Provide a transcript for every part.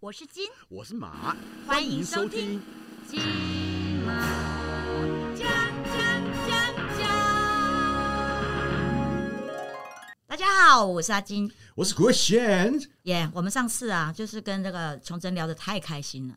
我是金，我是马，欢迎收听金马讲讲讲讲。大家好，我是阿金。我是 Christian。耶、我们上次啊，就是跟这个琼珍聊得太开心了。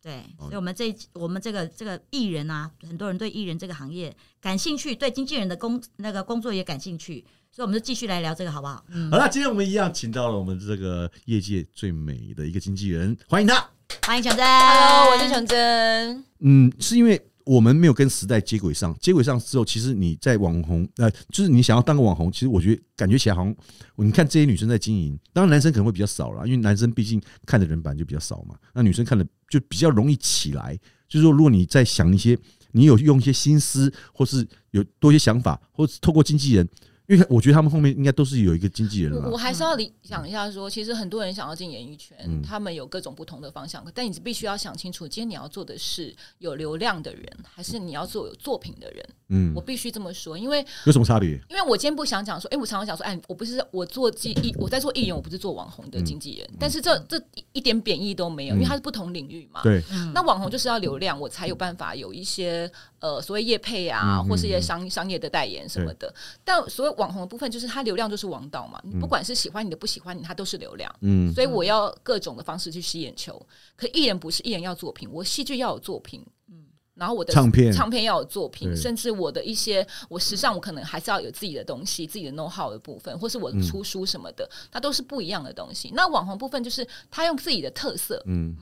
对，哦所以我们这一集我们这个这个艺人啊，很多人对艺人这个行业感兴趣，对经纪人的工那个工作也感兴趣，所以我们就继续来聊这个好不好？嗯，好了，今天我们一样请到了我们这个业界最美的一个经纪人，欢迎他。欢迎琼珍。 Hello，我是琼珍。嗯，是因为我们没有跟时代接轨上，接轨上之后，其实你在网红，呃，就是你想要当个网红，其实我觉得感觉起来好像，你看这些女生在经营，当然男生可能会比较少啦，因为男生毕竟看的人本来就比较少嘛，那女生看的就比较容易起来。就是说，如果你在想一些，你有用一些心思，或是有多一些想法，或是透过经纪人。因为我觉得他们后面应该都是有一个经纪人我啦我，还是要理想一下说，其实很多人想要进演艺圈，嗯他们有各种不同的方向，但你必须要想清楚，今天你要做的是有流量的人，还是你要做有作品的人？嗯我，必须这么说，因为有什么差别？因为我今天不想讲说，哎、我常常讲说，哎，我不是我做记艺，我在做艺人，我不是做网红嗯的经纪人，但是这这一点贬义都没有，因为它是不同领域嘛。对，嗯那网红就是要流量，我才有办法有一些呃所谓业配啊，嗯嗯或是一些嗯商商业的代言什么的。但所谓网红的部分，就是它流量就是王道嘛，你不管是喜欢你的不喜欢你，它都是流量。嗯，所以我要各种的方式去吸眼球。可艺人不是艺人要作品，我戏剧要有作品，嗯，然后我的唱片唱片要有作品，对甚至我的一些我时尚，我可能还是要有自己的东西，自己的 know how 的部分，或是嗯我出书什么的，它都是不一样的东西。那网红部分就是他用自己的特色，嗯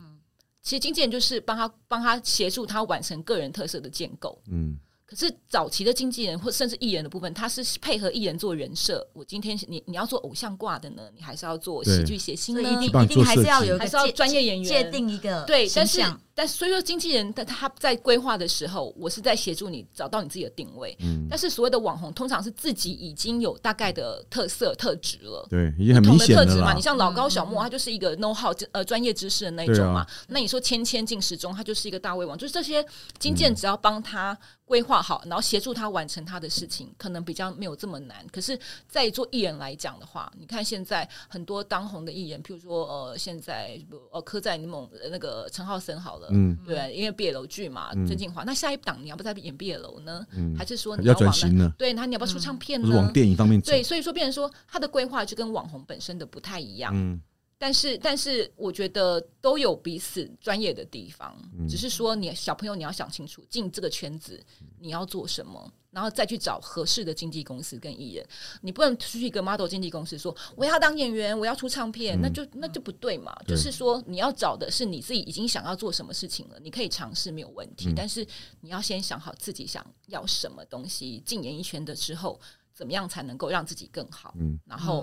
其实经纪人就是帮他帮他协助他完成个人特色的建构。嗯可是早期的经纪人或甚至艺人的部分，他是配合艺人做人设。我今天你你要做偶像挂的呢，你还是要做戏剧谐星所呢？以一帮定一你做定还是设计要有一个还是要界专业演员界定一个对，形但是象但所以说经纪人他他在规划的时候，我是在协助你找到你自己的定位。嗯，但是所谓的网红，通常是自己已经有大概的特色特质了。对，已经很不明同的显特了质嘛，啦你。像老高、小莫，他就是一个 know how 呃专业知识的那一对种啊嗯嘛。那你说芊芊、进时中，他就是一个大胃王，就是这些经纪人只要帮他规划好，然后协助他完成他的事情，可能比较没有这么难。可是，在做艺人来讲的话，你看现在很多当红的艺人，譬如说呃，现在呃柯在某呃那个陈浩森好了，嗯，对，因为 BL 剧嘛，嗯曾敬华。那下一档你要不要再演 BL 呢？嗯还是说你要往转那型了，对，那你要不要出唱片或是往呢？电影方面走。嗯对，所以说，变成说他的规划就跟网红本身的不太一样，嗯，但是但是我觉得都有彼此专业的地方，只是说你小朋友你要想清楚，进这个圈子你要做什么，然后再去找合适的经纪公司跟艺人，你不能去一个 model 经纪公司说我要当演员，我要出唱片，那就那就不对嘛。对就是说你要找的是你自己已经想要做什么事情了，你可以尝试没有问题，但是你要先想好自己想要什么东西，进演艺圈的之后。怎么样才能够让自己更好？嗯然后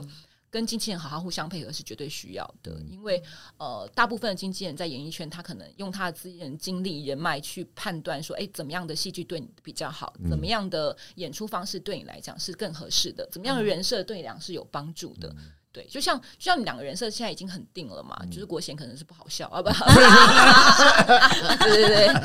跟经纪人好好互相配合是绝对需要的，嗯因为呃，大部分的经纪人在演艺圈，他可能用他的资源、经历、人脉去判断说，哎，怎么样的戏剧对你比较好，嗯怎么样的演出方式对你来讲是更合适的，怎么样的人设对你来讲是有帮助嗯的。对，就像就像你两个人设现在已经很定了嘛，就是国贤可能是不好 笑啊，不， 对对对，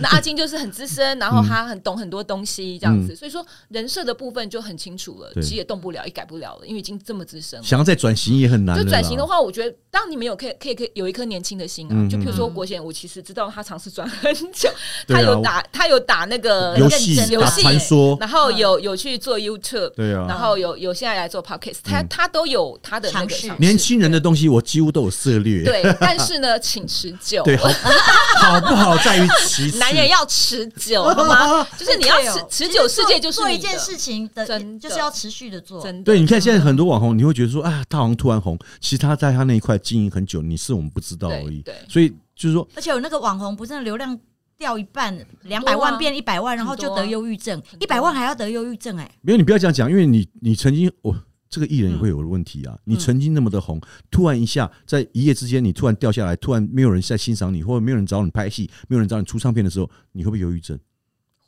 那阿金就是很资深，然后他很懂很多东西这样子，所以说人设的部分就很清楚了，嗯对其实也动不了，也改不了了，因为已经这么资深了。想要再转型也很难。就转型的，话，我觉得当你们有可以可以可以有一颗年轻的心啊，嗯就比如说嗯国贤，我其实知道他尝试转很久， 对啊他有打他有打那个游戏认真打游戏传说然后嗯有有去做 YouTube，对然啊，嗯后有有现在来做 Podcast，他他都有他的那个尝试年轻人的东西我几乎都有涉猎。对，但是呢，请持久，对，好 好不好在于其次。男人要持 久，好吗？就是 你要持持久，世界就是哦做你一的件事情的，真的就是要持续的做。真的对，你看现在很多网红，你会觉得说啊，他好像突然红，其实他在他那一块经营很久，你是我们不知道而已。对对所以就是说，而且有那个网红，不是那流量掉一半，两百啊万变一百万，然后就得忧郁症，一百万还要得忧郁症，哎，没有，你不要这样讲，因为你你曾经我、这个艺人也会有问题嗯啊。你曾经那么的红，突然一下在一夜之间你突然掉下来，突然没有人在欣赏你，或者没有人找你拍戏，没有人找你出唱片的时候，你会不会忧郁症？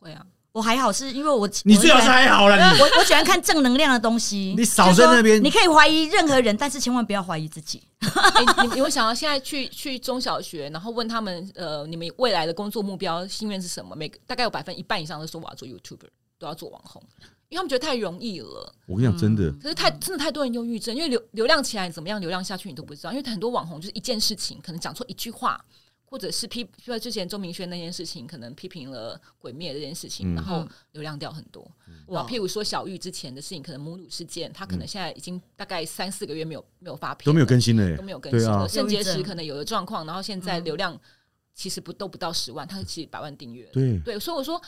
会啊，我还好是因为我你最好我是喜欢还好嗯了，你我我喜欢看正能量的东西。你少在那边就是说你可以怀疑任何人，但是千万不要怀疑自己。哎，你你会想要现在去去中小学，然后问他们，呃，你们未来的工作目标、心愿是什么？每个大概有百分一半以上都说我要做 YouTuber，都要做网红，因为他们觉得太容易了。我跟你讲，真的，可是太嗯真的太多人忧郁症，因为流流量起来怎么样，流量下去你都不知道，因为很多网红就是一件事情，可能讲错一句话，或者是批，就之前周明轩那件事情，可能批评了《鬼灭》这件事情，嗯然后嗯流量掉很多。然哇后，譬如说小玉之前的事情，可能母乳事件，她可能现在已经大概三四个月没有没有发片了，嗯都没有更新了耶，都没有更对新啊了，，肾结忧郁石症可能有的状况，然后现在嗯流量其实不都不到十万，它其实百万订阅了。对。对，所以我说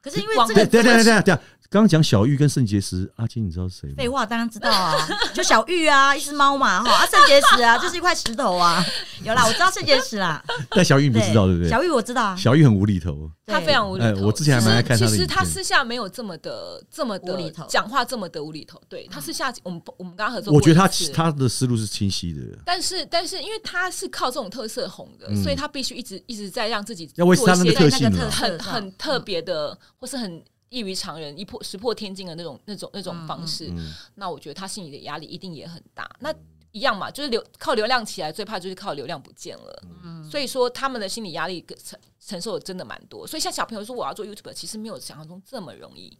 可是因为网这对，个等一下等一下等一下等一下，刚刚讲小玉跟肾结石，阿金你知道是谁废吗？话当然知道啊，就小玉啊，一只猫嘛哈，啊肾结石啊，就是一块石头啊，有啦，我知道肾结石啦，但小 玉你不知道对不对？小玉我知道啊，小玉很无厘头，对他非常无厘哎头。我之前还蛮爱看其他的实其实影他片私下没有这么的这么的无厘头嗯讲话这么的无厘头。对，他私下我们我们跟他合作过我一觉次，得他他的思路是清晰的，但是但是因为他是靠这种特色红的，嗯所以他必须一直一直在让自己要维持他做那一个些特性做一些那个啊特。很色很嗯特别的，或是很异于常人、一破石破天惊的那种那种那种方式。嗯，那我觉得他心里的压力一定也很大。那一样嘛，就是流靠流量起来，最怕就是靠流量不见了。嗯所以说他们的心理压力跟承承受的真的蛮多。所以像小朋友说我要做 YouTube，其实没有想象中这么容易。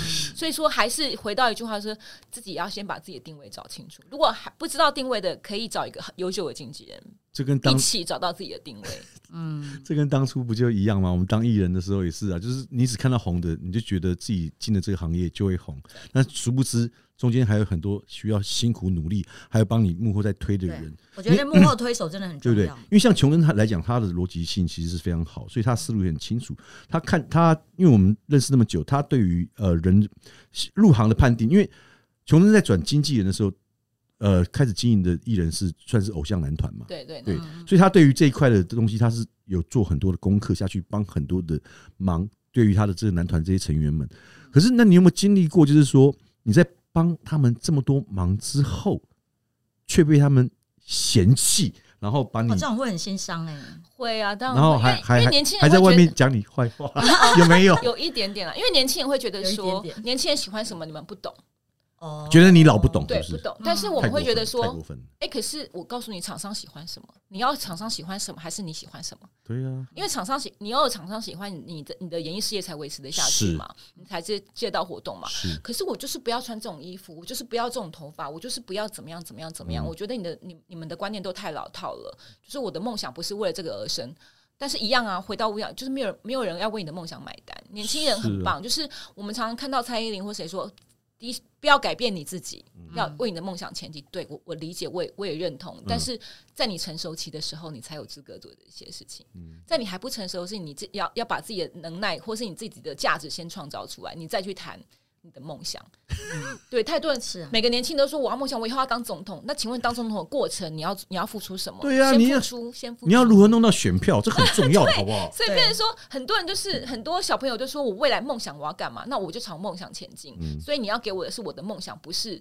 所以说还是回到一句话说自己要先把自己的定位找清楚。如果还不知道定位的，可以找一个很优秀的经纪人这跟一当起找到自己的定位。嗯，这跟当初不就一样吗？我们当艺人的时候也是啊，就是你只看到红的，你就觉得自己进了这个行业就会红，那殊不知中间还有很多需要辛苦努力，还有帮你幕后在推的对人，，我觉得幕后推手真的很重对不嗯对？要哦因，为像琼恩他来讲，他的逻辑性其实是非常好，所以他思路也很清楚。他看他，因为我们认识那么久，他对于呃人入行的判定，因为琼恩在转经纪人的时候，呃，开始经营的艺人是算是偶像男团嘛，对对对那所以他对于这一块的东西，他是有做很多的功课下去，帮很多的忙。对于他的这个男团这些成员们，可是那你有没有经历过，就是说你在帮他们这么多忙之后，却被他们嫌弃，然后把你哇，哦这种会很心伤哎，会啊，当然后然会还还因为因为还年轻还人在会外觉得面讲你坏 话，有没有？有一点啊点啦，因为年轻人会觉得有一说点点年轻人喜欢什么你们不懂。哦， 觉得你老不懂，对，是不不是？懂。嗯但是我太们会过觉得分太说过，分了，哎、可是我告诉你，厂商喜欢什么，你要厂商喜欢什么，还是你喜欢什么？对啊，因为厂商喜，你要有厂商喜欢你你的，你的演艺事业才维持得下去是嘛，你才接接到活动嘛。是可是我就是不要穿这种衣服，我就是不要这种头发，我就是不要怎么样怎么样怎么样。嗯我觉得你的你你们的观念都太老套了，就是我的梦想不是为了这个而生。但是，一样啊，回到无氧，就是没有人没有人要为你的梦想买单。年轻人是很啊棒，就是我们常常看到蔡依林或谁说，第一不要改变你自己，嗯要为你的梦想前进。对我我理解，我也我也认同。但是在你成熟期的时候，你才有资格做这些事情。嗯在你还不成熟的时候，是你自要要把自己的能耐或是你自己的价值先创造出来，你再去谈你的梦 想。对，太多人是啊每个年轻人都说我要梦想，我以后要当总统。那请问当总统的过程，你要你要付出什么？对啊你先要付出，先付出。你要如何弄到选票，这很重 要的，好不好？所以变成说，很多人就是很多小朋友就说我未来梦想我要干嘛，那我就朝梦想前进。嗯所以你要给我的是我的梦想，不是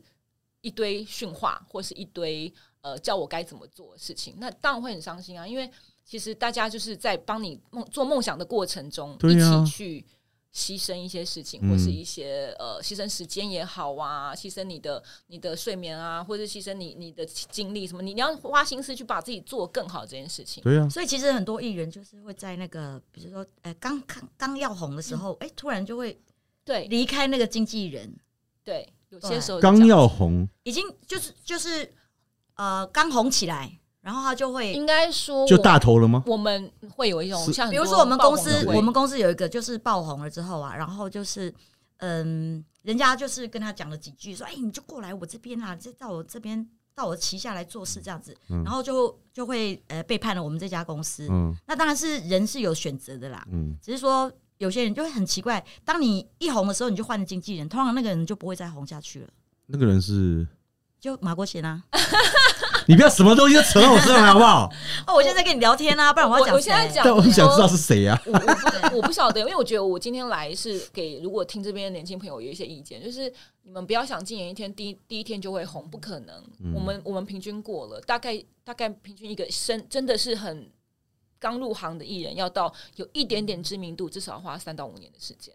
一堆训话或是一堆呃教我该怎么做的事情。那当然会很伤心啊，因为其实大家就是在帮你梦做梦想的过程中，对啊一起去。牺牲一些事情，嗯或是一些、呃，牺牲时间也好啊，牺牲你的你的睡眠啊，或者牺牲你你的精力什么，你你要花心思去把自己做更好这件事情。对啊，所以其实很多艺人就是会在那个，比如说，呃，刚刚刚要红的时候，嗯哎、突然就会对离开那个经纪人，对，有些时候刚这样要红已经就是就是呃刚红起来，然后他就会，应该说就我大头了吗？我们会有一种是像很比多如说我们公爆司红的会我们公司有一个就是爆红了之后啊，然后就是嗯，人家就是跟他讲了几句，说，哎、你就过来我这边啊，就到我这边到我旗下来做事这样子，嗯然后就就会呃背叛了我们这家公司。嗯那当然是人是有选择的啦，嗯，只是说有些人就会很奇怪，当你一红的时候，你就换了经纪人，通常那个人就不会再红下去了。那个人是，就马国贤啊，哦你不要什么东西都扯到我身上来，好不 好？哦，我现在在跟你聊天啊，不然我要我讲我现在谁讲但我很想知道是谁啊？我我不我不晓得，因为我觉得我今天来是给如果听这边的年轻朋友有一些意见，就是你们不要想进演艺天第一第一天就会红，不可能。嗯我们我们平均过了，大概大概平均一个生真的是很刚入行的艺人，要到有一点点知名度，至少要花三到五年的时间。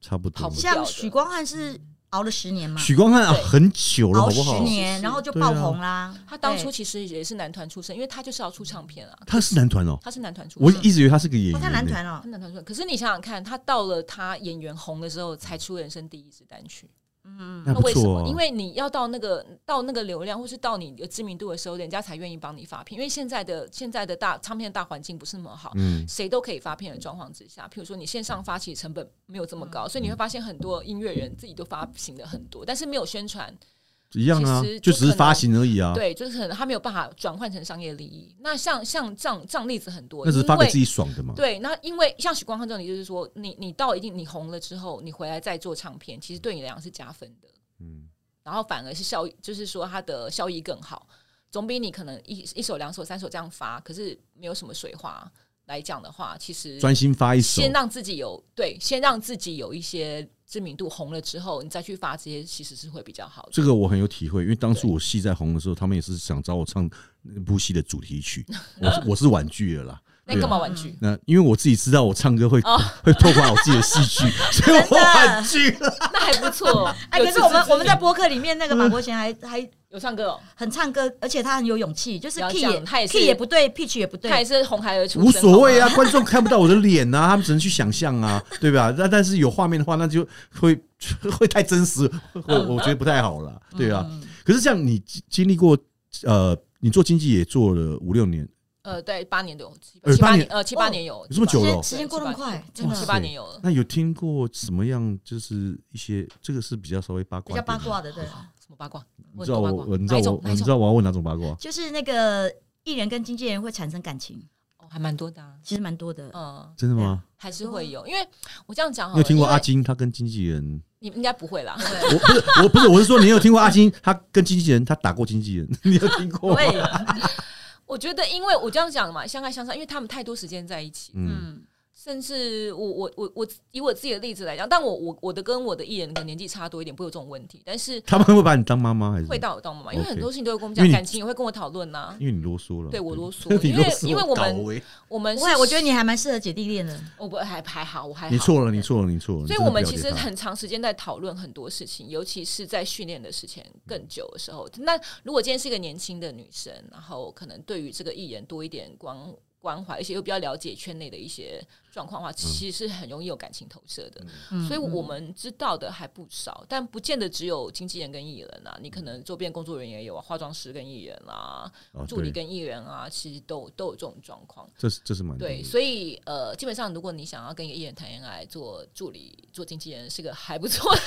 差不多好，不像许光汉是熬了十年嘛，许光汉啊对很久了，熬好不十好？啊年，然后就爆红啦。他当初对其实也是男团出身，因为他就是要出唱片啊，他是男团哦，他是男团出我身。一直以为他是个演员欸哦，呢。他男团哦他，男团出身，可是你想想看，他到了他演员红的时候，才出人生第一支单曲。那不为什错么？哦，啊因为你要到那个到那个流量，或是到你的知名度的时候，人家才愿意帮你发片。因为现在的现在的大唱片大环境不是那么好，嗯谁都可以发片的状况之下，譬如说你线上发起成本没有这么嗯高，所以你会发现很多音乐人自己都发行了很多，但是没有宣传，一样啊其实，就就只是发行而已啊。对，就是可能他没有办法转换成商业利益。那像像这样这样例子很多，那只是发因给为自己爽的嘛。对，那因为像许光汉这种，你就是说，你你到一定你红了之后，你回来再做唱片，其实对你来讲是加分的。嗯，然后反而是效益，就是说它的效益更好，总比你可能一一首、两首、三首这样发，可是没有什么水花来讲的话，其实专心发一首先，让自己有对，先让自己有一些知名度，红了之后，你再去发这些，其实是会比较好的。这个我很有体会，因为当初我戏在红的时候，他们也是想找我唱 那部戏的主题曲，我是我是婉拒了啦。那你干嘛玩具？那因为我自己知道我唱歌会哦 会破坏我自己的戏剧，所以我婉拒了。那还不 错。哎，有可是自我们知之我们在明播客里面那个嗯马国贤还还有唱歌哦，很唱歌，而且他很有勇气，就是不要 key 这也样他也是 key 也不对，pitch 也不他也对，是红孩儿出身，无所谓好啊吗，，观众看不到我的脸啊， 他们只能去想象啊，对吧？那但是有画面的话，那就会 会太真实，会嗯我觉得不太好了，对啊。嗯可是这样，你经经历过呃，你做经济也做了五六年，呃，对，八年都有，七呃七八八年年，呃，七八年有，这么久时了间时间过那么快，真哇七的塞八年有了。那有听过什么样？就是一些这个是比较稍微八比卦，较八。卦的，对，什么八卦？你知道我，我问你多知八道我，卦哪一种哪你一知种道我要问哪种八卦？就是那个艺人跟经纪人会产生感情，哦，还蛮多的、啊，其实蛮多的。嗯，真的吗？还是会有，因为我这样讲好你了，有听过哦因为阿金他跟经纪人？你应该不会 啦，我不是，我不是，我是说你有听过阿金他跟经纪人，他打过经纪人， 你有听过吗？对， 我觉得，因为我这样讲嘛，相爱相杀，因为他们太多时间在一起，嗯，嗯，甚至我我我我以我自己的例子来讲，但我我我的跟我的艺人可能年纪差多一点，不会有这种问题，但是 他们会把你当妈妈还是？会到有到嘛，因为嗯 OK 很多事情都会跟我们因讲，为你感情也会跟我讨论啊呐。因为你啰嗦了。对我啰嗦 你因为啰嗦，因为我们搞欸我们不是会，我觉得你还蛮适合姐弟恋的。嗯我不还还好，我还哎好你错了，你错了，你错了。所你真以的我们不了其解实他很长时间在讨论很多事情，尤其是在训练的时间更久的时候。那如果今天是一个年轻的女生，然后可能对于这个艺人多一点关关怀，而且又比较了解圈内的一些状况的话，其实是很容易有感情投射的。嗯所以我们知道的还不少，但不见得只有经纪人跟艺人啊，你可能周边工作人员也有啊，化妆师跟艺人啊，哦助理对跟艺人啊，其实都都有这种状况。这是这是蛮对，所以呃，基本上如果你想要跟一个艺人谈恋爱，做助理、做经纪人是个还不错的。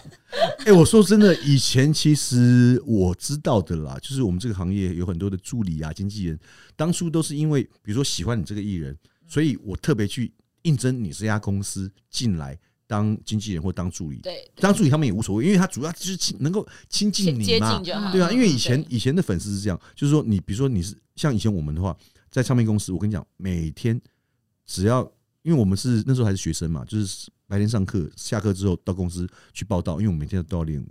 哎、我说真的，以前其实我知道的啦，就是我们这个行业有很多的助理啊、经纪人，当初都是因为比如说喜欢你这个艺人，嗯所以我特别去应征你这家公司进来当经纪人或当助理。对，当助理他们也无所谓，因为他主要就是亲能够亲近接你接嘛近，就好。对啊。因为以前对以前的粉丝是这样，就是说你比如说你是像以前我们的话，在唱片公司，我跟你讲，每天只要因为我们是那时候还是学生嘛，就是白天上课，下课之后到公司去报道，因为我们每天都要练舞。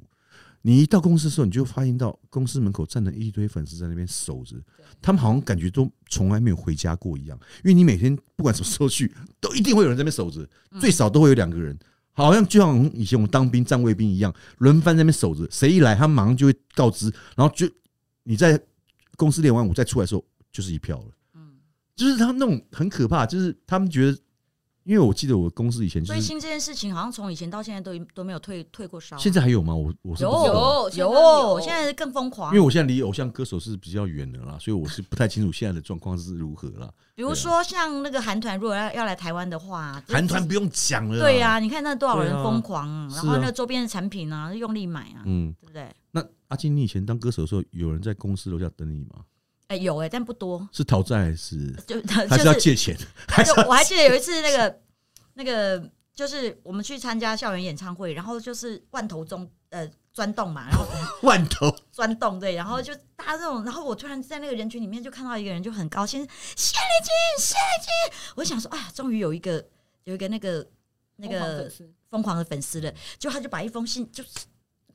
你一到公司的时候，你就发现到公司门口站了一堆粉丝在那边守着，他们好像感觉都从来没有回家过一样。因为你每天不管什么时候去，都一定会有人在那边守着，最少都会有两个人，好像就像我们以前我们当兵站卫兵一样，轮番在那边守着，谁一来他马上就会告知，然后就你在公司练完舞再出来的时候，就是一票了。就是他们那种很可怕，就是他们觉得，因为我记得我公司以前就追是，星这件事情好像从以前到现在都都没有退退过烧啊。现在还有吗？我我是不知道。有哦现在有，有现在更疯狂因为。我现在离偶像歌手是比较远的啦，所以我是不太清楚现在的状况是如何 啦。比如说像那个韩团，如果要要来台湾的话，就是韩团不用讲了，对呀、，你看那多少人啊对啊疯狂啊，是啊然后那个周边的产品啊，用力买啊，嗯，对不对？那阿金，你以前当歌手的时候，有人在公司楼下等你吗？哎，有哎，但不多，是讨债还是就 还是要就是借钱？还是就要我还记得有一次那个那个就是我们去参加校园演唱会，然后就是万头中呃钻洞嘛，然后万头？钻洞对，然后就大家这种，然后我突然在那个人群里面就看到一个人，就很高兴，谢丽君，谢丽君，我想说，哎呀，终于有一个有一个那个那疯狂个粉丝疯狂的粉丝了，就他就把一封信就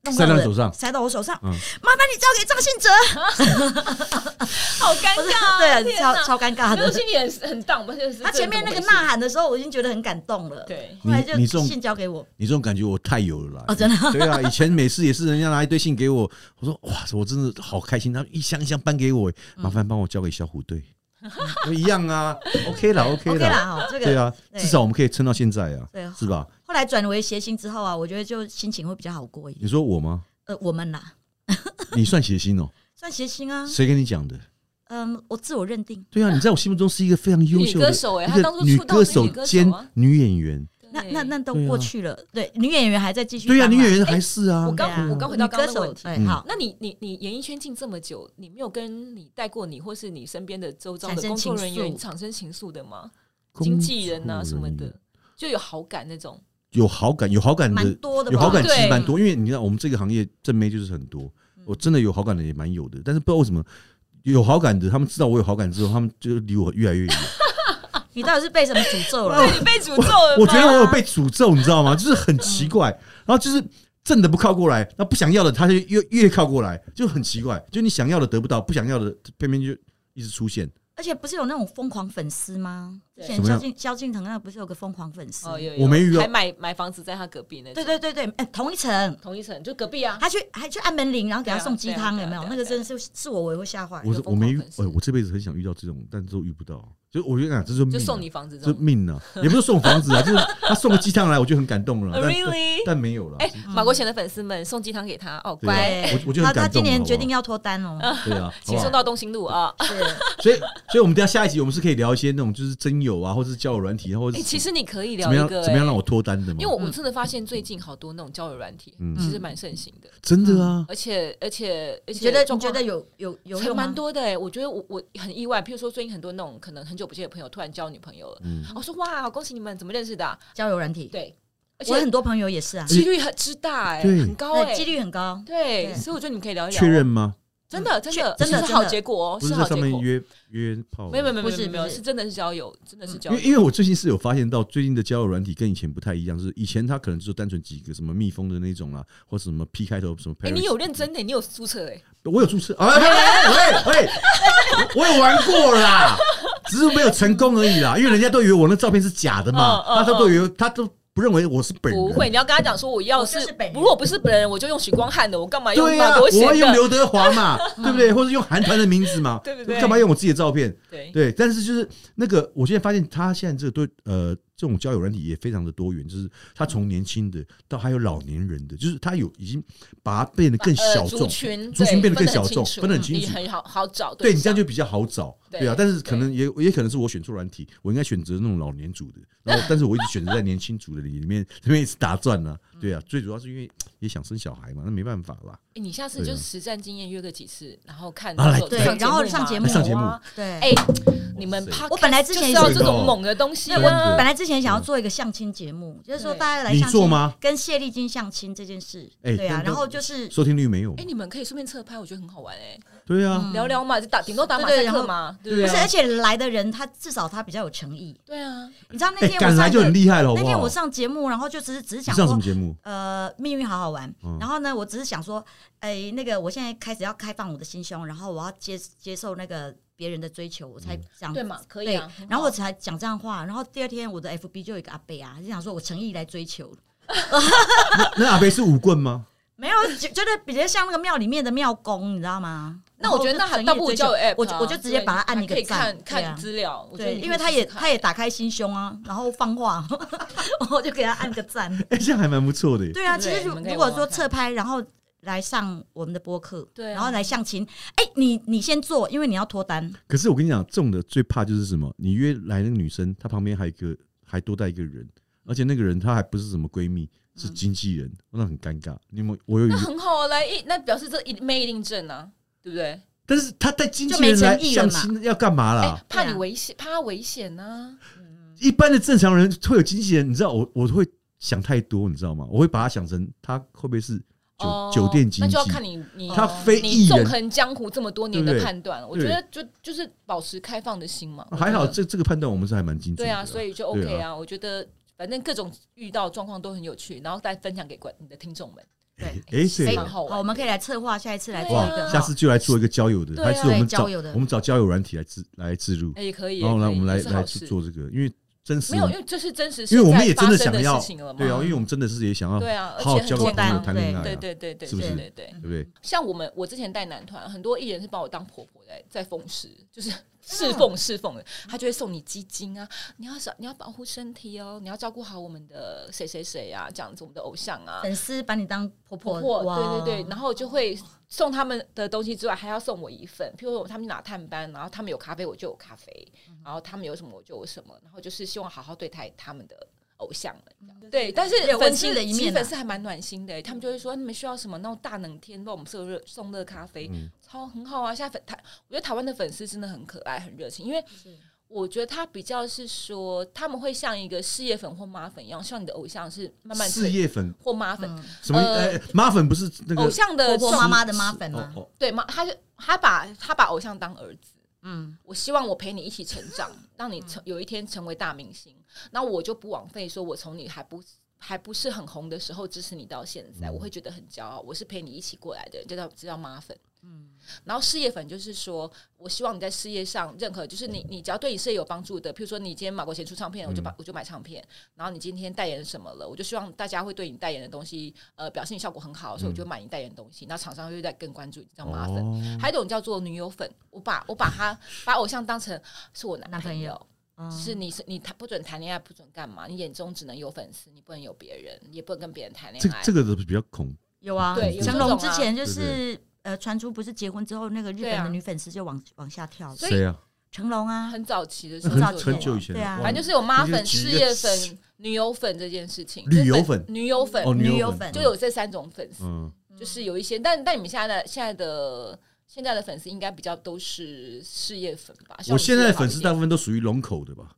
弄塞到到我你的手上塞到我手上，麻嗯烦你交给张信哲。好尴尬、啊，对，天超哪超尴尬那我的。心里很很荡，不是他前面那个呐，喊的时候，我已经觉得很感动了。这后怎么回事对，来你你这就种信交给我。你这种感觉我太有了啦！哦真的对啊，以前每次也是人家拿一堆信给我，我说哇，我真的好开心，他一箱一箱搬给我，嗯麻烦帮我交给小虎队，我一样啊，OK 啦 OK ，OK 啦，啦，哈，这个对啊，对至少我们可以撑到现在啊，对是吧？后来转为谐星之后啊，我觉得就心情会比较好过一点。你说我吗？呃，我们啦，你算谐星哦？ 算谐星啊。谁跟你讲的？嗯，我自我认定。对啊，你在我心目中是一个非常优秀的女歌手欸一她个当初女出道歌是手女歌手啊兼女演员。那那那都对啊过去了。对，女演员还在继续当对啊。啊，女演员还是啊哎我。刚对啊我刚回到女刚歌刚那个手。问题。对，啊嗯好，那你你你演艺圈进这么久，你没有跟你带过你或是你身边的周遭的产生工作人情员愫产生情愫的吗？工经纪人啊作什么人的员，就有好感那种。有好感，有好感蛮的，多的吧，有好感其实对嗯蛮多，因为你知道我们这个行业正妹就是很多，我真的有好感的也蛮有的，但是不知道为什么有好感的，他们知道我有好感之后，他们就离我越来越 远。你到底是被什么诅咒 了？ 你被诅咒了吗？我觉得我有被诅咒，你知道吗？就是很嗯奇怪，然后就是正的不靠过来，那不想要的他就越越靠过来，就很奇怪。就你想要的得不到，不想要的偏偏就一直出现。而且不是有那种疯狂粉丝吗？之对前怎么萧样敬萧敬腾那不是有个疯狂粉丝？哦，有我没遇到还买买房子在他隔壁那对种，对对对，哎，同一层，同一层就隔壁啊。还去还去按门铃，然后给他对啊送鸡汤，对啊有没有？对啊那个真的是是我，我也会吓坏。我有我疯狂没遇，粉丝哎，我这辈子很想遇到这种，但都遇不到。就我觉得啊，这是命啊就送你房子这这种。命 啊，也不是送房子啊，就是他送个鸡汤来，我就很感动了。但 Really？但没有了。哎、马国贤的粉丝们送鸡汤给他哦，对啊乖，我我就他很他感今动。年决定要要脱单哦， 对啊，请好送不好到东兴路啊。是所以所以我们等一下下一集我们是可以聊一些那种就是真友啊，或者是交友软体，或者哎、是其实你可以怎聊么一样个、怎么样让我？哎我脱单的嘛因为。嗯我我真的发现最近好多那种交友软体，嗯其实蛮盛行的，真的啊，而且而且而你且觉得你状觉况得有有有还用吗蛮？多的哎、我觉得我我很意外，譬如说最近很多那种可能很久不见的朋友突然交女朋友了，哦嗯我说哇，恭喜你们，怎么认识的啊、交友软体，对，而我且很多朋友也是啊，几率很之大哎、对很高哎、对，几率很高。对，对所以我觉得你们可以聊一聊啊，确认吗？真的真的确真的这是真的好结果哦，不是好在结上果面。约约炮？没有没有没有不没是有没有，不是是真的是交友，真的是交因友嗯为。因为我最近是有发现到，最近的交友软体跟以前不太一样，就是以前它可能就是单纯几个什么蜜蜂的那种啦，或者什么 P 开头什么 Paris。哎、你有认真的、你有注册哎、我有注册啊？喂喂喂，哎我有玩过啦，只是没有成功而已啦。因为人家都以为我那照片是假的嘛，嗯嗯他都以为他都不认为我是本人。不会，你要跟他讲说，我要我是就是本人如果不是本人，我就用许光汉的，我干嘛用对呀、马我国贤要用的？刘德华 嘛，对不对？或者用韩团的名字嘛，对不对干嘛用我自己的照片？对，对，但是就是那个，我现在发现他现在这个对呃这种交友软体也非常的多元，就是他从年轻的到还有老年人的，就是他有已经把它变得更呃小族众，群族群对变得更分很小众清楚分得很清楚你很好好找对你这象样就比较好找，对对啊。但是可对能也也可能是我选错软体，我应该选择那种老年组的，然后但是我一直选择在年轻组的里面，里面一直打转呢、对啊。最主要是因为也想生小孩嘛，那没办法啦。哎你下次对啊就实战经验约个几次，然后看啊来啊有对上然后吗上节目上节目哇哎对，，你们哇塞 podcast 我本来之前就是要也是这种猛的东西真的啊，本来之前想要做一个相亲节目，就是说对大家来嗯你相亲做吗？跟谢丽金相亲这件事，哎对啊但，然后就是收听率没有嘛哎，，你们可以顺便侧拍，我觉得很好玩哎，对啊嗯，聊聊嘛，就打顶多打马对对赛然克后嘛，对不不是，对啊而？且来的人他至少他比较有诚意。对啊，你知道那哎，天我敢上来一就个很厉害了，好那不天我好？上节目，然后就只是只是你讲上什说么，节目？呃，命运好好玩。嗯然后呢，我只是想说，哎、那个我现在开始要开放我的心胸，然后我要接接受那个别人的追求，我才讲、对嘛，可以啊。很好然后我才讲这样话，然后第二天我的 FB 就有一个阿贝啊，就想说我诚意来追求，那阿北是舞棍吗？ 没有 觉觉得比较像那个庙里面的庙公，你知道吗？那我觉得那然后还就倒不如诚意追求叫 app，啊我就我就直接把它按一对个你还可赞以看，对看啊资料。我觉得对，你可以因为他也试试看他也打开心胸啊，然后放话， 我就给他按个赞。哎，这样还蛮不错的耶。对啊，对其实你如们可以如果玩说玩侧拍，然后来上我们的播客，对啊然后来相亲，哎、你你先做，因为你要脱单，可是我跟你讲，中的最怕就是什么？你约来那个女生，她旁边还有一个，还多带一个人，而且那个人她还不是什么闺蜜，是嗯经纪人，那很尴尬。你们我有一那个，很好啊，来一那表示这一妹一定正啊，对不对？但是她带经纪就没人诚来意相了嘛亲要干嘛哎、啦？怕对你啊危险，怕他危险啊呢、一般的正常人会有经纪人，你知道我我会想太多，你知道吗？我会把她想成她会不会是酒、哦，酒店经那纪就要？看你你她非你艺纵人，横江湖这么多年对的不对判断，我觉得就就是保持开放的心嘛。我觉哦还好得这这个判断我们是还蛮精准对的啊，啦。所以就对啊 OK 啊。我觉得反正各种遇到状况都很有趣，然后再分享给观你的听众们。对，哎，非对常，好好，我玩。们可以来策划下一次来做对哇一个，啊下次就来做一个交友的，对啊还是我们对找交友的我们找交友软体来自来自入，哎，也可以。然后也来可我以们来这是来好去事做这个，因为真实没有，因为这是真实，因为我们也真的想要事情了嘛。对啊，因为我们真的是也想要对啊，而好好且交很个朋简单友啊，谈恋爱啊，对对对对对，是不是对对对。不对？像我们，我之前带男团，很多艺人是把我当婆婆在在奉侍，就是侍奉侍奉嗯的，他就会送你鸡精啊，你要少你要保护身体哦，你要照顾好我们的谁谁谁啊，这样子我们的偶像啊，粉丝把你当婆婆，婆婆，哇对对对，然后就会送他们的东西之外，还要送我一份，譬如说他们拿探班，然后他们有咖啡我就有咖啡，嗯然后他们有什么我就有什么，然后就是希望好好对待他们的。偶像们嗯这样对，但是也有温粉馨丝的一其实面啊粉丝还蛮暖心的，他们就会说你们需要什么，那种大冷天帮我们送热送热咖啡，嗯超很好啊。现在粉台，我觉得台湾的粉丝真的很可爱，很热情，因为是我觉得他比较是说他们会像一个事业粉或妈粉一样，像你的偶像是慢慢事成业粉或妈粉，嗯什么？呃哎，妈粉不是那偶个像的啊婆婆状妈妈的妈粉哦吗？哦，对吗？他就他把他把偶像当儿子，嗯，我希望我陪你一起成长，让你成有一天成为大明星。那我就不枉费，说我从你还不还不是很红的时候支持你到现在，我会觉得很骄傲。我是陪你一起过来的人，这叫这叫妈粉。然后事业粉就是说，我希望你在事业上任何，就是你你只要对你事业有帮助的，譬如说你今天马国贤出唱片，我就把、我就买唱片。然后你今天代言什么了，我就希望大家会对你代言的东西，呃，表现效果很好，所以我就买你代言的东西。那厂商会在更关注你，这叫妈粉。哦还有一种叫做女友粉，我把我把他把偶像当成是我男男朋朋友友，嗯嗯是你是你谈不准谈恋爱，不准干嘛？你眼中只能有粉丝，你不能有别人，也不能跟别人谈恋这爱。这个的比较恐，有啊对有，成这龙种之啊前就对是呃传出不是结婚之后，那个日对本啊的女粉丝就往往下跳，所以谁啊？成龙啊，很早期的时那候很早就有期这很种久以前哦了，对啊哇反正就是有妈粉、你就举事一个业粉、女友粉这件事情，旅游就是粉女友粉哦，女友粉就有这三种粉丝，嗯，就是有一些，但但你们现在的现在的现在的粉丝应该比较都是事业粉吧？像我是现在的老粉一丝点大部分都属于龙口的吧，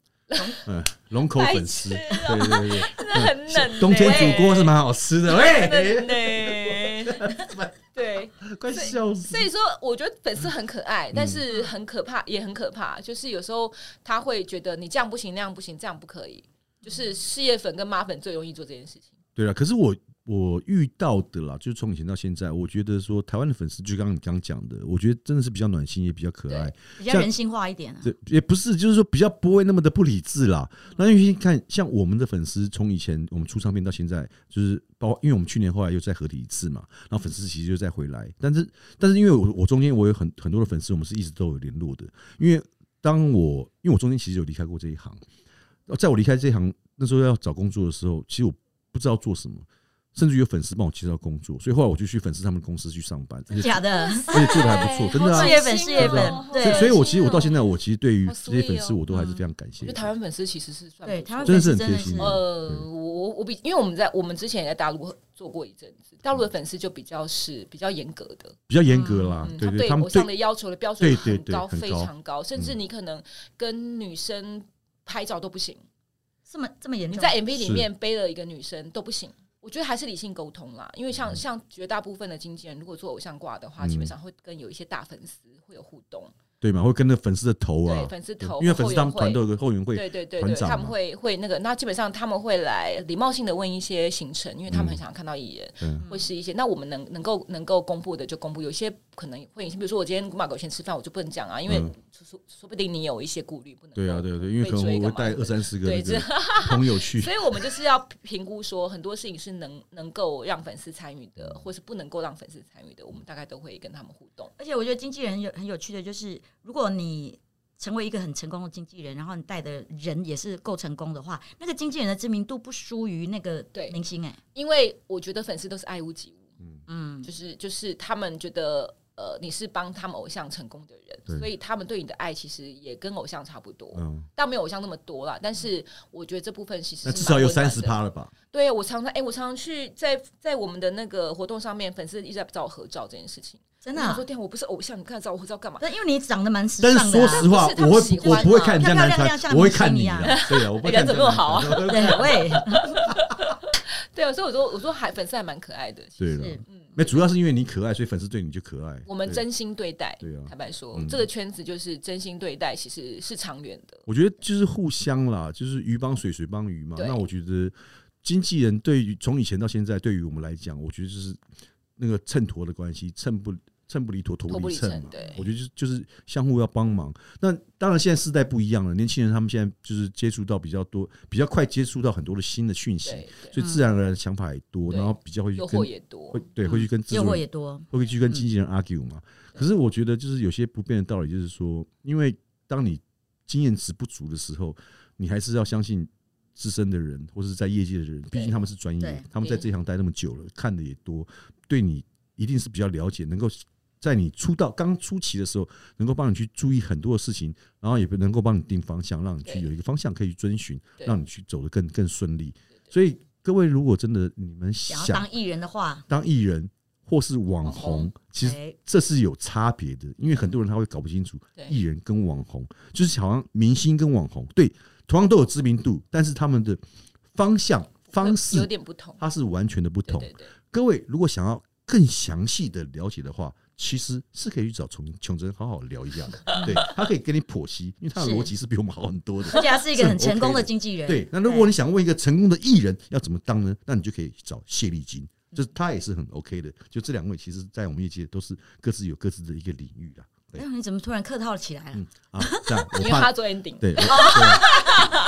嗯，龙口粉丝， 白痴啊对对对真的欸很冷对，呢，冬天煮锅是蛮好吃的，哎喂，真的呢， 对。 快笑死所！以说，我觉得粉丝很可爱，但是很可怕，也很可怕。就是有时候他会觉得你这样不行，那样不行，这样不可以。就是事业粉跟妈粉最容易做这件事情。对了，可是我我遇到的啦，就是从以前到现在，我觉得说台湾的粉丝，就刚刚你刚讲的，我觉得真的是比较暖心，也比较可爱，比较像人性化一点啊。对，也不是，就是说比较不会那么的不理智啦。那因为看像我们的粉丝，从以前我们出唱片到现在，就是包括因为我们去年后来又再合体一次嘛，然后粉丝其实就再回来，但是但是因为我我中间我有很很多的粉丝，我们是一直都有联络的，因为当我因为我中间其实有离开过这一行，在我离开这一行那时候要找工作的时候，其实我不知道做什么。甚至有粉丝帮我介绍工作，所以后来我就去粉丝他们公司去上班，而且假的，而且做的还不错，真的啊事。业粉事业真粉的啊，对所以，所以我哦其实我到现在，我其实对于好这些粉丝， sweet 哦我都还是非常感我谢觉得。台湾粉丝其实是算对不错台湾真粉的是丝很真贴的心是的呃，我我比，因为我们在我们之前也在大陆做过一阵子，大陆的粉丝就比较是比较严格的，比较严格啦啊嗯，，对他对，他们偶像对的要求的标对准对很对高，很非高嗯常高，甚至你可能跟女生拍照都不行。这么这么严你重，在 MV 里是面背了一个女生都不行。我觉得还是理性沟通啦，因为像像绝大部分的经纪人，如果做偶像挂的话，嗯基本上会跟有一些大粉丝会有互动，对嘛，会跟着粉丝的头啊对，粉丝头，因为粉丝他们团后队有个后援援会，会，对对对团对，长嘛他们会会那个，那基本上他们会来礼貌性的问一些行程，因为他们很想看到艺人，嗯会是一些那我们能能够能够公布的就公布，有些可能会，比如说我今天跟马狗先吃饭，我就不能讲啊，因为嗯说说不定你有一些顾虑，不能对 啊，够对啊对，因为可能我会带二三十个那对个这 朋友去，所以我们就是要评估说，很多事情是能能够让粉丝参与的，嗯或是不能够让粉丝参与的，我们大概都会跟他们互动。而且我觉得经纪人有很有趣的就是，如果你成为一个很成功的经纪人，然后你带的人也是够成功的话，那个经纪人的知名度不输于那个对明星哎、因为我觉得粉丝都是爱屋及乌，嗯，就是就是他们觉得呃你是帮他们偶像成功的对人，所以他们对你的爱其实也跟偶像差不多，嗯，但没有偶像那么多啦。但是我觉得这部分其实那是至少有蛮温暖三的十。趴了吧？对我常常哎、我常常去在在我们的那个活动上面，粉丝一直在找我合照这件事情。真的我啊、想说天啊，我不是偶像，你看找我合照干嘛？ 但因为你长得蛮时但尚是的、啊，说实话，但不是我会他们喜欢啊我嘛不会看人家男漂漂亮，亮团我会看你像的明，对啊，我不会人家看怎人么家男那么好团 啊？对，喂，对啊，所以我说我说还粉丝还蛮可爱的。其对实了是，嗯，那主要是因为你可爱，所以粉丝对你就可爱。我们对真心对待。对啊坦白说，嗯这个圈子就是真心对待，其实是长远的。我觉得就是互相啦，就是鱼帮水，水帮鱼嘛。对那我觉得经纪人对于从以前到现在，对于我们来讲，我觉得就是那个秤砣的关系，秤不秤不离砣，砣砣不不离离秤秤嘛。对我觉得就是就是相互要帮忙。那当然，现在世代不一样了，年轻人他们现在就是接触到比较多，比较快接触到很多的新的讯息，对，对所以自然而然想法也多，对然后比较会去诱跟惑也多嗯会， 对会去跟嗯制诱作人惑也多，会去跟经纪人 argue 嘛。可是我觉得就是有些不变的道理，就是说，因为当你经验值不足的时候，你还是要相信资深的人或是在业界的人，毕竟他们是专业对，他们在这行待那么久了，看的也多，对你一定是比较了解，能够。在你出道刚出期的时候，能够帮你去注意很多的事情，然后也能够帮你定方向，让你去对有一个方向可以去遵循，对让你去走得更更顺利。所以各位，如果真的你们想要想当艺人的话，当艺人或是网红，其实哎，这是有差别的，因为很多人他会搞不清楚对艺人跟网红，就是好像明星跟网红，对，同样都有知名度，但是他们的方向方有式点不同，它是完全的不对同。对对，各位如果想要更详细的了解的话，其实是可以去找琼琼真好好聊一下的， 对他可以跟你剖析，因为他的是逻辑是比我们好很多的。而且他是一个是很成 OK 功的的经纪人，对，那如果你想问一个成功的艺人要怎么当呢？那你就可以找谢丽金，就是他也是很 OK 的。就这两位，其实，在我们业界都是各自有各自的一个领域啦。哎，对哎呦你怎么突然客套起来了嗯？ 啊，这样我因为怕他做 ending，对，我对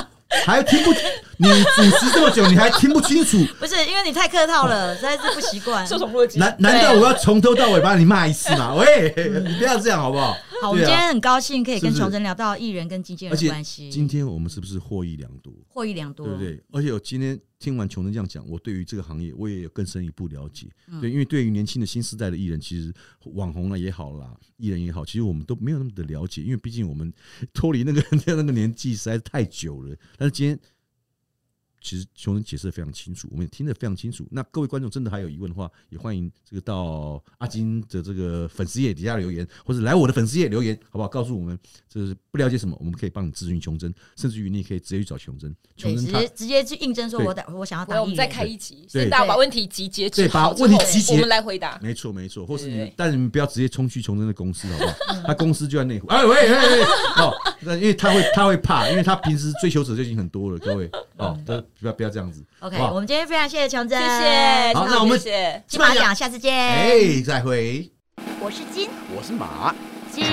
还听不你主持这么久，你还听不清 楚？不是，因为你太客套了，实在是不习 惯。受宠若惊，啊难难道我要从头到尾把你骂一次吗？喂，你不要这样好不好？好，我们对啊今天很高兴可以是不跟是琼珍聊到艺人跟经纪人而的且关系，今天我们是不是获益良多？获益良多，对不对？而且我今天听完琼珍这样讲，我对于这个行业我也有更深一步了解。对，因为对于年轻的新时代的艺人，其实网红啊了也好啦，艺人也好，其实我们都没有那么的了解，因为毕竟我们 脱离那个那个年纪实在是太久了。但是今天。其实琼珍解释的非常清楚，我们也听得非常清楚。那各位观众真的还有疑问的话，也欢迎这个到阿金的这个粉丝页底下留言，或者来我的粉丝页留言，好不好？告诉我们就是不了解什么，我们可以帮你咨询琼珍，甚至于你也可以直接去找琼珍。对，琼珍直他接直接去应征说对我打我想要我我当艺人，们再开一集，对先大家把问题集结之对把后之问题后集结我们来回答。没错没错，或是你们对，但你们不要直接冲去琼珍的公司，好不好？嗯他公司就在内湖。哎喂喂喂，哦，那因为他会他会怕，因为他平时追求者就已经很多了，各位哦，都不要不要这样子。嗯 OK，好不好我们今天非常谢谢琼珍，谢谢，好那谢谢我们谢谢。金马奖，下次见。哎哎，再会。我是金我是马。金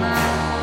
马。